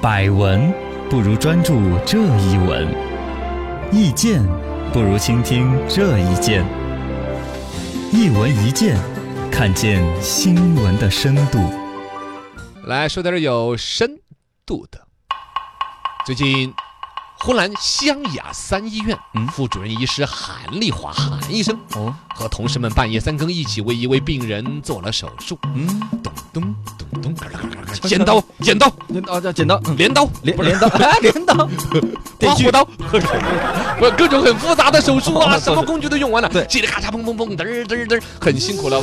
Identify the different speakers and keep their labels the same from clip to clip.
Speaker 1: 百闻不如专注这一闻，意见不如倾听这一见。一闻一见，看见新闻的深度。
Speaker 2: 来说点儿有深度的。最近，湖南湘雅三医院
Speaker 1: 嗯
Speaker 2: 副主任医师韩丽华韩医生
Speaker 1: 哦，
Speaker 2: 和同事们半夜三更一起为一位病人做了手术。
Speaker 1: 嗯，
Speaker 2: 咚咚咚咚，咔咔咔
Speaker 1: 哎
Speaker 2: 咔咔剪刀，剪刀，
Speaker 1: 哦，叫剪刀，
Speaker 2: 镰刀，
Speaker 1: 镰
Speaker 2: 不是
Speaker 1: 镰刀，哎镰刀，
Speaker 2: 刮
Speaker 1: 电锯
Speaker 2: 胡刀，不是各种很复杂的手术啊，
Speaker 1: 哦
Speaker 2: 什么工具都用完了，
Speaker 1: 对
Speaker 2: 叽里咔嚓砰砰砰，嘚儿嘚儿嘚儿，很辛 苦了。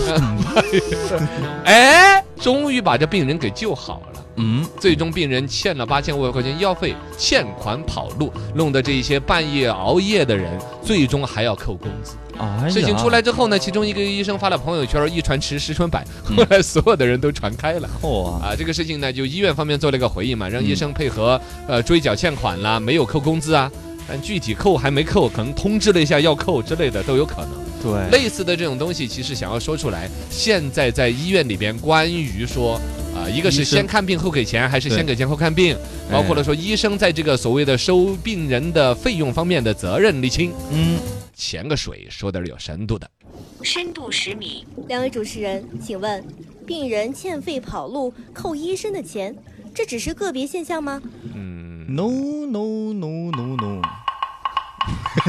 Speaker 2: 哎，终于把这病人给救好了。
Speaker 1: 嗯，
Speaker 2: 最终病人欠了八千五百块钱医药费，欠款跑路，弄得这些半夜熬夜的人最终还要扣工资。
Speaker 1: 哎呀
Speaker 2: 事情出来，之后呢，其中一个医生发了朋友圈，一传十，十传百，
Speaker 1: 嗯
Speaker 2: 后来所有的人都传开 了。
Speaker 1: 哇，
Speaker 2: 啊，这个事情呢，就医院方面做了一个回应嘛，
Speaker 1: 嗯
Speaker 2: 让医生配合，呃，追缴欠款啦，没有扣工资啊，但具体扣还没扣，可能通知了一下要扣之类的都有可能。
Speaker 1: 对，
Speaker 2: 类似的这种东西，其实想要说出来，现在在医院里边，关于说。啊，一个
Speaker 1: 医
Speaker 2: 是
Speaker 1: 生哎
Speaker 2: 先看病后给钱，还是
Speaker 1: 对
Speaker 2: 先给钱后看病？包括了说医生在这个所谓的收病人的费用方面的责任厘清，
Speaker 1: 嗯，
Speaker 2: 潜个水说点儿有深 度的。
Speaker 3: 深度十米，
Speaker 4: 两位主持人，请问，病人欠费跑路扣医生的钱，这只是个别现象吗？
Speaker 2: 嗯，
Speaker 1: No no no no no，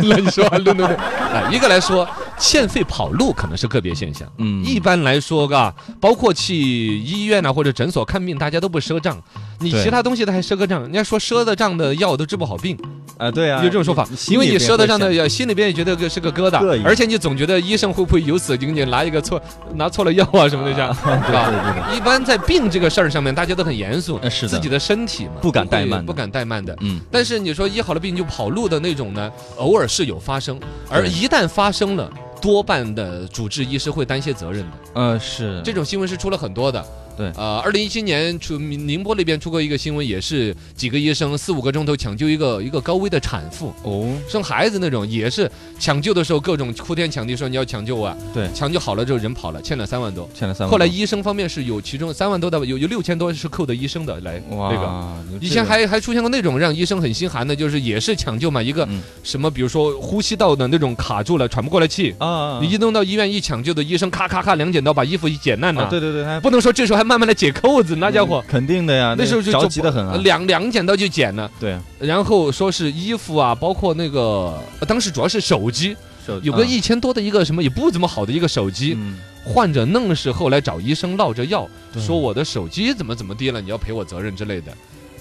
Speaker 2: 那你说，对对对， 啊，一个来说，欠费跑路可能是个别现象。
Speaker 1: 嗯
Speaker 2: 一般来说，嘎，包括去医院啊或者诊所看病，大家都不赊账，你
Speaker 1: 对
Speaker 2: 其他东西的还赊个账，人家说赊的账的药都治不好病，
Speaker 1: 啊，对啊，
Speaker 2: 有这种说法，因为你赊的账的药，心里边也觉得个是个疙瘩
Speaker 1: 膈应，
Speaker 2: 而且你总觉得医生会不会由此就给你拿一个错拿错了药啊什么的这样，对
Speaker 1: 对对对
Speaker 2: 吧？一般在病这个事儿上面，大家都很严肃
Speaker 1: 呃，是的
Speaker 2: 自己的身体嘛，
Speaker 1: 不敢怠
Speaker 2: 会
Speaker 1: 慢的
Speaker 2: 不敢怠慢的。
Speaker 1: 嗯，
Speaker 2: 但是你说医好了病就跑路的那种呢，偶尔是有发生，而
Speaker 1: 对
Speaker 2: 一旦发生了，多半的主治医师会担些责任的。
Speaker 1: 呃，是
Speaker 2: 这种新闻是出了很多的。
Speaker 1: 对
Speaker 2: 呃，二零一七年出宁波那边出过一个新闻，也是几个医生四五个钟头抢救一个一个高危的产妇，
Speaker 1: 哦，
Speaker 2: 生孩子那种，也是抢救的时候各种哭天抢地说你要抢救我、啊，
Speaker 1: 对
Speaker 2: 抢救好了之后人跑了，欠了三万多。
Speaker 1: 欠了三万多，
Speaker 2: 后来医生方面是有其中三万多的，有有六千多是扣的医生的来
Speaker 1: 哇，
Speaker 2: 那个。
Speaker 1: 有
Speaker 2: 以
Speaker 1: 这
Speaker 2: 前
Speaker 1: 个
Speaker 2: 还还出现过那种让医生很心寒的，就是也是抢救嘛，一个
Speaker 1: 嗯
Speaker 2: 什么，比如说呼吸道的那种卡住了，喘不过来气，
Speaker 1: 啊啊，啊
Speaker 2: 你一弄到医院一抢救的医生，咔咔咔两剪刀把衣服一剪烂
Speaker 1: 啊
Speaker 2: 了，
Speaker 1: 对对对，还
Speaker 2: 不能说这时候还慢慢的解扣子，那家伙
Speaker 1: 肯定的呀，
Speaker 2: 那时候就
Speaker 1: 着
Speaker 2: 就
Speaker 1: 急的很啊，
Speaker 2: 两两剪刀就剪了，
Speaker 1: 对，啊
Speaker 2: 然后说是衣服啊，包括那个呃当时主要是手机，
Speaker 1: 手
Speaker 2: 有个
Speaker 1: 啊
Speaker 2: 一千多的一个什么也不怎么好的一个手机，
Speaker 1: 嗯
Speaker 2: 患者愣是后来找医生闹着要，
Speaker 1: 对
Speaker 2: 说我的手机怎么怎么低了，你要赔我责任之类的。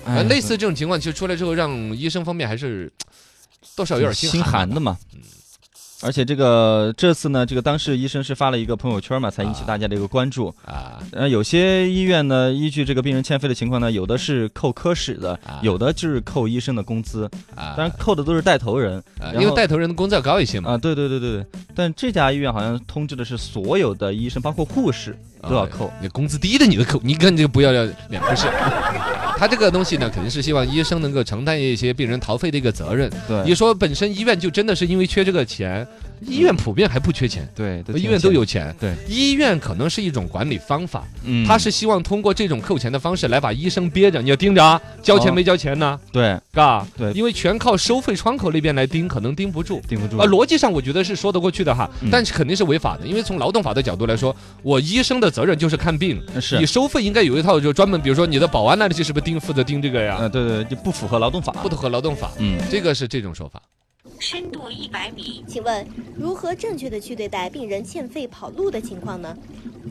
Speaker 1: 哎
Speaker 2: 呃类似这种情况，其实出来之后，让医生方面还是多少有点寒。
Speaker 1: 心
Speaker 2: 嗯
Speaker 1: 寒的嘛。而且这个这次呢，这个当事医生是发了一个朋友圈嘛，才引起大家的一个关注。
Speaker 2: 啊，
Speaker 1: 呃，有些医院呢，依据这个病人欠费的情况呢，有的是扣科室的
Speaker 2: 啊，
Speaker 1: 有的就是扣医生的工资，
Speaker 2: 啊嗯
Speaker 1: 当然扣的都是带头人
Speaker 2: 啊
Speaker 1: 然后
Speaker 2: 因为带头人的工资要高一些嘛，
Speaker 1: 啊。对对对对对，但这家医院好像通知的是所有的医生，包括护士都要扣
Speaker 2: 啊。你工资低的你都扣，你跟这个不要要两 回事。他这个东西呢，肯定是希望医生能够承担一些病人逃费的一个责任。你
Speaker 1: 对
Speaker 2: 说本身医院就真的是因为缺这个钱，医院普遍还不缺钱，
Speaker 1: 对，挺
Speaker 2: 呃医院
Speaker 1: 欠
Speaker 2: 都有钱。
Speaker 1: 对，
Speaker 2: 医院可能是一种管理方法，
Speaker 1: 嗯，
Speaker 2: 他是希望通过这种扣钱的方式来把医生憋着，你要盯着啊，交钱
Speaker 1: 哦
Speaker 2: 没交钱呢，
Speaker 1: 对
Speaker 2: 嘎，
Speaker 1: 对
Speaker 2: 因为全靠收费窗口那边来盯，可能盯不住。
Speaker 1: 顶不住
Speaker 2: 啊，逻辑上我觉得是说得过去的哈
Speaker 1: 嗯，
Speaker 2: 但是肯定是违法的，因为从劳动法的角度来说，我医生的责任就是看病，
Speaker 1: 是
Speaker 2: 你收费应该有一套，就专门，比如说你的保安那里是不是盯负责盯这个呀？
Speaker 1: 呃，对对，就不符合劳动法。
Speaker 2: 不符合劳动法，
Speaker 1: 嗯，
Speaker 2: 这个是这种说法。
Speaker 3: 深度一百米，
Speaker 4: 请问，如何正确的去对待病人欠费跑路的情况呢？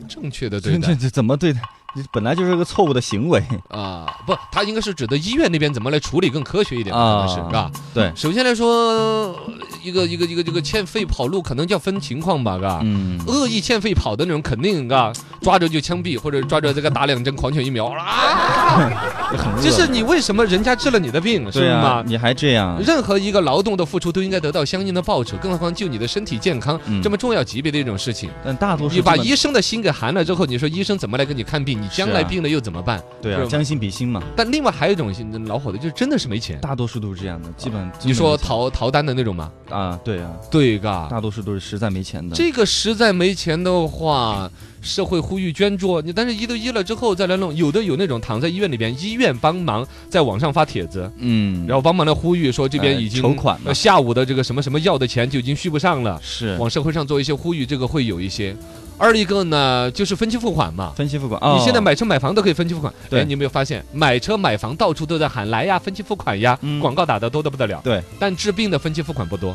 Speaker 2: 正确的对
Speaker 1: 这
Speaker 2: 待
Speaker 1: 这这怎么对待？这本来就是个错误的行为。
Speaker 2: 啊，不，他应该是指的医院那边怎么来处理更科学一点，可
Speaker 1: 啊
Speaker 2: 能是是吧？
Speaker 1: 对，
Speaker 2: 首先来说，一个一个一个这个欠费跑路，可能叫分情况吧，嘎。
Speaker 1: 嗯，
Speaker 2: 恶意欠费跑的那种，肯定嘎，抓着就枪毙，或者抓着这个打两针狂犬疫苗啊！
Speaker 1: 很恶
Speaker 2: 就是你为什么人家治了你的病，是
Speaker 1: 对啊
Speaker 2: 吗，？
Speaker 1: 你还这样，
Speaker 2: 任何一个劳动的付出都应该得到相应的报酬，更何况就你的身体健康
Speaker 1: 嗯
Speaker 2: 这么重要级别的一种事情，
Speaker 1: 但大多数
Speaker 2: 你把
Speaker 1: 这么
Speaker 2: 医生的心给含了之后，你说医生怎么来给你看病？你将
Speaker 1: 是啊
Speaker 2: 来病了又怎么办？
Speaker 1: 对
Speaker 2: 是
Speaker 1: 啊，
Speaker 2: 吧
Speaker 1: 将心比心嘛，
Speaker 2: 但另外还有一种心老火的，就是真的是没钱。
Speaker 1: 大多数都是这样的，基本真的
Speaker 2: 你说
Speaker 1: 没钱
Speaker 2: 逃逃单的那种吗？
Speaker 1: 啊，对啊，
Speaker 2: 对嘎，
Speaker 1: 大多数都是实在没钱的。
Speaker 2: 这个实在没钱的话，社会呼吁捐助。你但是医都医了之后再来弄，有的有那种躺在医院里边，医院帮忙在网上发帖子，
Speaker 1: 嗯，
Speaker 2: 然后帮忙来呼吁说这边
Speaker 1: 哎
Speaker 2: 已经
Speaker 1: 筹款嘛
Speaker 2: 呃下午的这个什么什么药的钱就已经续不上了，
Speaker 1: 是
Speaker 2: 往社会上做一些呼吁，这个会有一些。二一个呢，就是分期付款嘛。
Speaker 1: 分期付款啊，哦
Speaker 2: 你现在买车买房都可以分期付款，
Speaker 1: 对
Speaker 2: 哎，你有没有发现买车买房到处都在喊来呀，分期付款呀，
Speaker 1: 嗯
Speaker 2: 广告打得多的不得了。
Speaker 1: 对，
Speaker 2: 但治病的分期付款不多，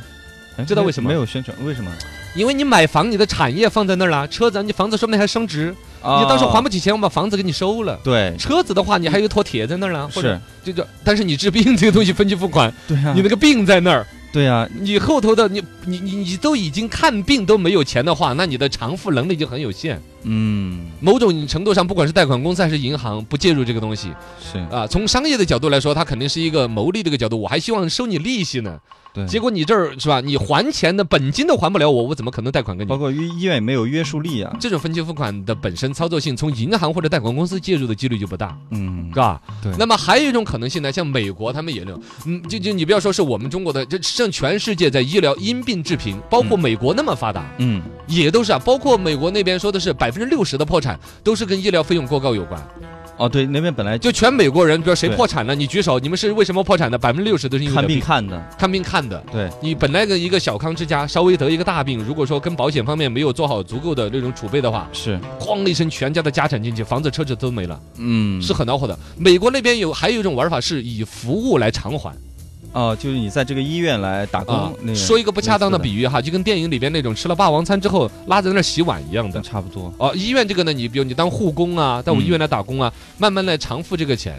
Speaker 1: 哎
Speaker 2: 知道为什么
Speaker 1: 没有宣传？为什么？
Speaker 2: 因为你买房，你的产业放在那儿了，车子你房子说不定还升值，
Speaker 1: 啊
Speaker 2: 你到时候还不起钱，我把房子给你收了。
Speaker 1: 对，
Speaker 2: 车子的话，你还有一坨铁在那儿呢，或者
Speaker 1: 是，
Speaker 2: 这就但是你治病这个东西分期付 款，
Speaker 1: 对啊
Speaker 2: 你，那个病在那儿，
Speaker 1: 对啊，
Speaker 2: 你后头的你你你你都已经看病都没有钱的话，那你的偿付能力就很有限。
Speaker 1: 嗯，
Speaker 2: 某种程度上，不管是贷款公司还是银行，不介入这个东西
Speaker 1: 是，
Speaker 2: 啊。从商业的角度来说，它肯定是一个牟利的一个角度，我还希望收你利息呢。
Speaker 1: 对。
Speaker 2: 结果你这儿是吧？你还钱的本金都还不了我，我怎么可能贷款给你
Speaker 1: 包？括医医院也没有约束力啊，
Speaker 2: 这种分期付款的本身操作性，从银行或者贷款公司介入的几率就不大，
Speaker 1: 嗯，
Speaker 2: 嘎。
Speaker 1: 对
Speaker 2: 那么还有一种可能性呢，像美国他们也有，嗯，就就你不要说是我们中国的，这像全世界在医疗因病致贫，包括
Speaker 1: 嗯
Speaker 2: 美国那么发达，
Speaker 1: 嗯，
Speaker 2: 也都是啊。包括美国那边说的是百分之六十的破产都是跟医疗费用过高有关。
Speaker 1: 哦，对，那边本来就
Speaker 2: 就全美国人，比如谁
Speaker 1: 对
Speaker 2: 破产了，你举手，你们是为什么破产的？百分之六十都是因为
Speaker 1: 看
Speaker 2: 得
Speaker 1: 病看的，
Speaker 2: 看病看的。
Speaker 1: 对，
Speaker 2: 你本来跟一个小康之家，稍微得一个大病，如果说跟保险方面没有做好足够的那种储备的话，
Speaker 1: 是，
Speaker 2: 哐的一声，全家的家产进去，房子、车子都没了，
Speaker 1: 嗯，
Speaker 2: 是很恼火的。美国那边有还有一种玩法是以服务来偿还
Speaker 1: 哦，就是你在这个医院来打
Speaker 2: 啊
Speaker 1: 工，那个，
Speaker 2: 说一个不恰当的
Speaker 1: 类似
Speaker 2: 比
Speaker 1: 的
Speaker 2: 喻哈，就跟电影里边那种吃了霸王餐之后拉在那儿洗碗一样的
Speaker 1: 那。差不多，
Speaker 2: 哦，医院这个呢，你比如你当护工啊，到我医院来打工
Speaker 1: 嗯
Speaker 2: 啊，慢慢来偿付这个钱，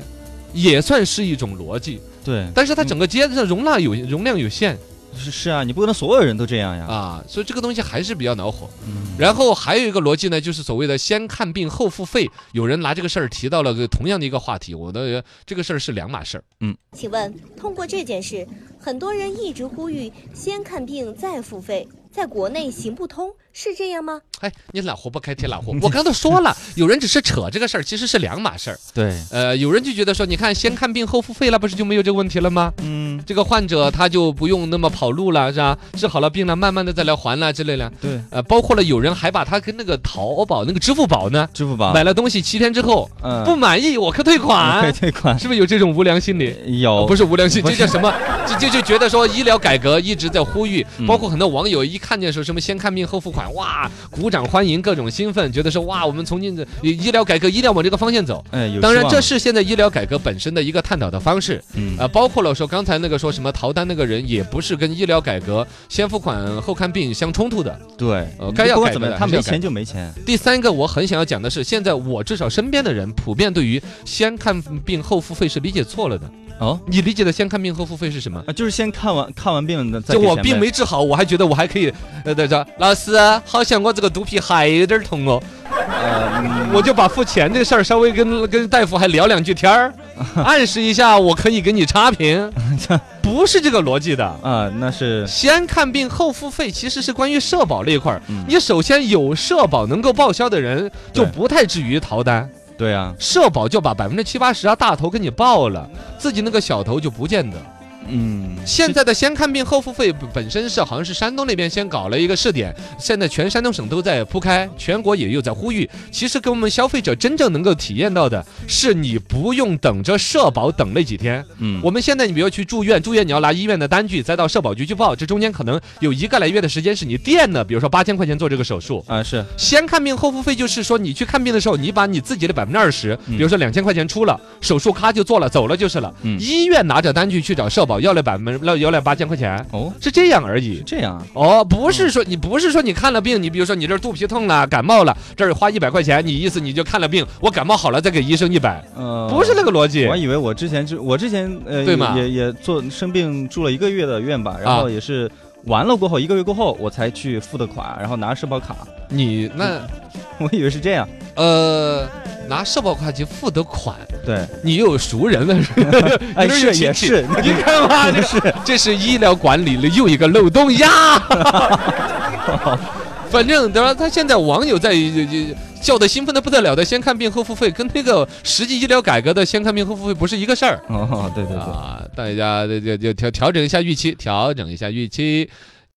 Speaker 2: 也算是一种逻辑。
Speaker 1: 对，
Speaker 2: 但是它整个街上容纳有容量有限
Speaker 1: 是是啊，你不可能所有人都这样呀，
Speaker 2: 啊，所以这个东西还是比较恼火。
Speaker 1: 嗯，
Speaker 2: 然后还有一个逻辑呢，就是所谓的先看病后付费。有人拿这个事儿提到了个同样的一个话题，我的这个事儿是两码事儿。
Speaker 4: 请问，通过这件事，很多人一直呼吁先看病再付费，在国内行不通，是这样吗？
Speaker 2: 哎，你哪壶不开提哪 壶。我刚才说了，有人只是扯这个事儿，其实是两码事儿。
Speaker 1: 对，
Speaker 2: 呃，有人就觉得说，你看先看病后付费了，不是就没有这个问题了吗？
Speaker 1: 嗯，
Speaker 2: 这个患者他就不用那么跑路了，是吧？治好了病了，慢慢的再来还了之类的。
Speaker 1: 对，
Speaker 2: 呃，包括了有人还把他跟那个淘宝、那个支付宝呢，
Speaker 1: 支付宝，
Speaker 2: 买了东西七天之后
Speaker 1: 嗯，
Speaker 2: 不满意，我可退
Speaker 1: 可以
Speaker 2: 款，
Speaker 1: 退款，
Speaker 2: 是不是有这种无良心理？
Speaker 1: 有，
Speaker 2: 哦不
Speaker 1: 是，
Speaker 2: 是无良心，
Speaker 1: 哦不
Speaker 2: 这
Speaker 1: 是
Speaker 2: 叫什么？ 这这就觉得说医疗改革一直在呼吁
Speaker 1: 嗯，
Speaker 2: 包括很多网友一看见说什么先看病后付款，哇，鼓掌欢迎，各种兴奋，觉得说哇，我们从今的医疗改革一定要往这个方向走。
Speaker 1: 哎，有，
Speaker 2: 当然，这，是现在医疗改革本身的一个探讨的方式，
Speaker 1: 嗯，
Speaker 2: 呃，包括了说刚才那个说什么逃单那个人，也不是跟医疗改革先付款后看病相冲突的。
Speaker 1: 对
Speaker 2: 呃，该要
Speaker 1: 不
Speaker 2: 改
Speaker 1: 管
Speaker 2: 革
Speaker 1: 怎么
Speaker 2: 的
Speaker 1: 样，他
Speaker 2: 还是
Speaker 1: 没
Speaker 2: 要改啊
Speaker 1: 钱就没钱，
Speaker 2: 第三个，我很想要讲的是，现在我至少身边的人普遍对于先看病后付费是理解错了的。
Speaker 1: 哦，
Speaker 2: 你理解的先看病后付费是什么？
Speaker 1: 啊，就是先看完看完病了再
Speaker 2: 就
Speaker 1: 给
Speaker 2: 我
Speaker 1: 钱
Speaker 2: 病
Speaker 1: 呗
Speaker 2: 没治好，我还觉得我还可以，呃，对着老师，好像我这个肚皮还有点儿痛哦，
Speaker 1: 呃，嗯
Speaker 2: 我就把付钱这事儿稍微跟跟大夫还聊两句天儿，暗示一下我可以给你差 评，不是这个逻辑的。
Speaker 1: 啊，那是，
Speaker 2: 先看病后付费其实是关于社保那一块儿，
Speaker 1: 嗯，
Speaker 2: 你首先有社保能够报销的人，就不太至于逃单。
Speaker 1: 对啊，
Speaker 2: 社保就把百分之七八十啊大头给你报了，自己那个小头就不见得。
Speaker 1: 嗯，
Speaker 2: 现在的先看病后付费本本身是好像是山东那边先搞了一个试点，现在全山东省都在铺开，全国也有在呼吁。其实给我们消费者真正能够体验到的是，你不用等着社保等那几天。
Speaker 1: 嗯，
Speaker 2: 我们现在你比如去住院，住院你要拿医院的单据，再到社保局去报，这中间可能有一个来月的时间是你垫的，比如说八千块钱做这个手术。
Speaker 1: 啊是，
Speaker 2: 先看病后付费就是说，你去看病的时候，你把你自己的百分之二十，
Speaker 1: 嗯
Speaker 2: 比如说两千块钱出了，手术咔就做了，走了就是了。
Speaker 1: 嗯
Speaker 2: 医院拿着单据去找社保要了百分要要了八千块钱，
Speaker 1: 哦，
Speaker 2: 是这样而已。
Speaker 1: 这样啊，
Speaker 2: 哦，不是说你不是说你看了病，你比如说你这儿肚皮痛了，感冒了，这儿花一百块钱，你意思你就看了病，我感冒好了再给医生一百，
Speaker 1: 呃，
Speaker 2: 不是那个逻辑
Speaker 1: 我还。以为我之前就我之前呃
Speaker 2: 对嘛啊
Speaker 1: 也也做生病住了一个月的院吧，然后也是完了过后一个月过后我才去付的款，然后拿社保卡，
Speaker 2: 你那
Speaker 1: 我以为是这样。
Speaker 2: 呃拿社保卡去付的款，
Speaker 1: 对，
Speaker 2: 你又有熟人了，是吧
Speaker 1: 哎
Speaker 2: 你这有
Speaker 1: 是
Speaker 2: 亲
Speaker 1: 也
Speaker 2: 戚
Speaker 1: 是，
Speaker 2: 你看 嘛，这
Speaker 1: 也
Speaker 2: 个
Speaker 1: 是，
Speaker 2: 这是医疗管理的又一个漏 洞呀。反正对吧？他现在网友在叫的兴奋的不得了的，先看病后付费，跟那个实际医疗改革的先看病后付费不是一个事儿
Speaker 5: 哦，对对对。
Speaker 2: 啊！大家就就就调调整一下预期，调整一下预期。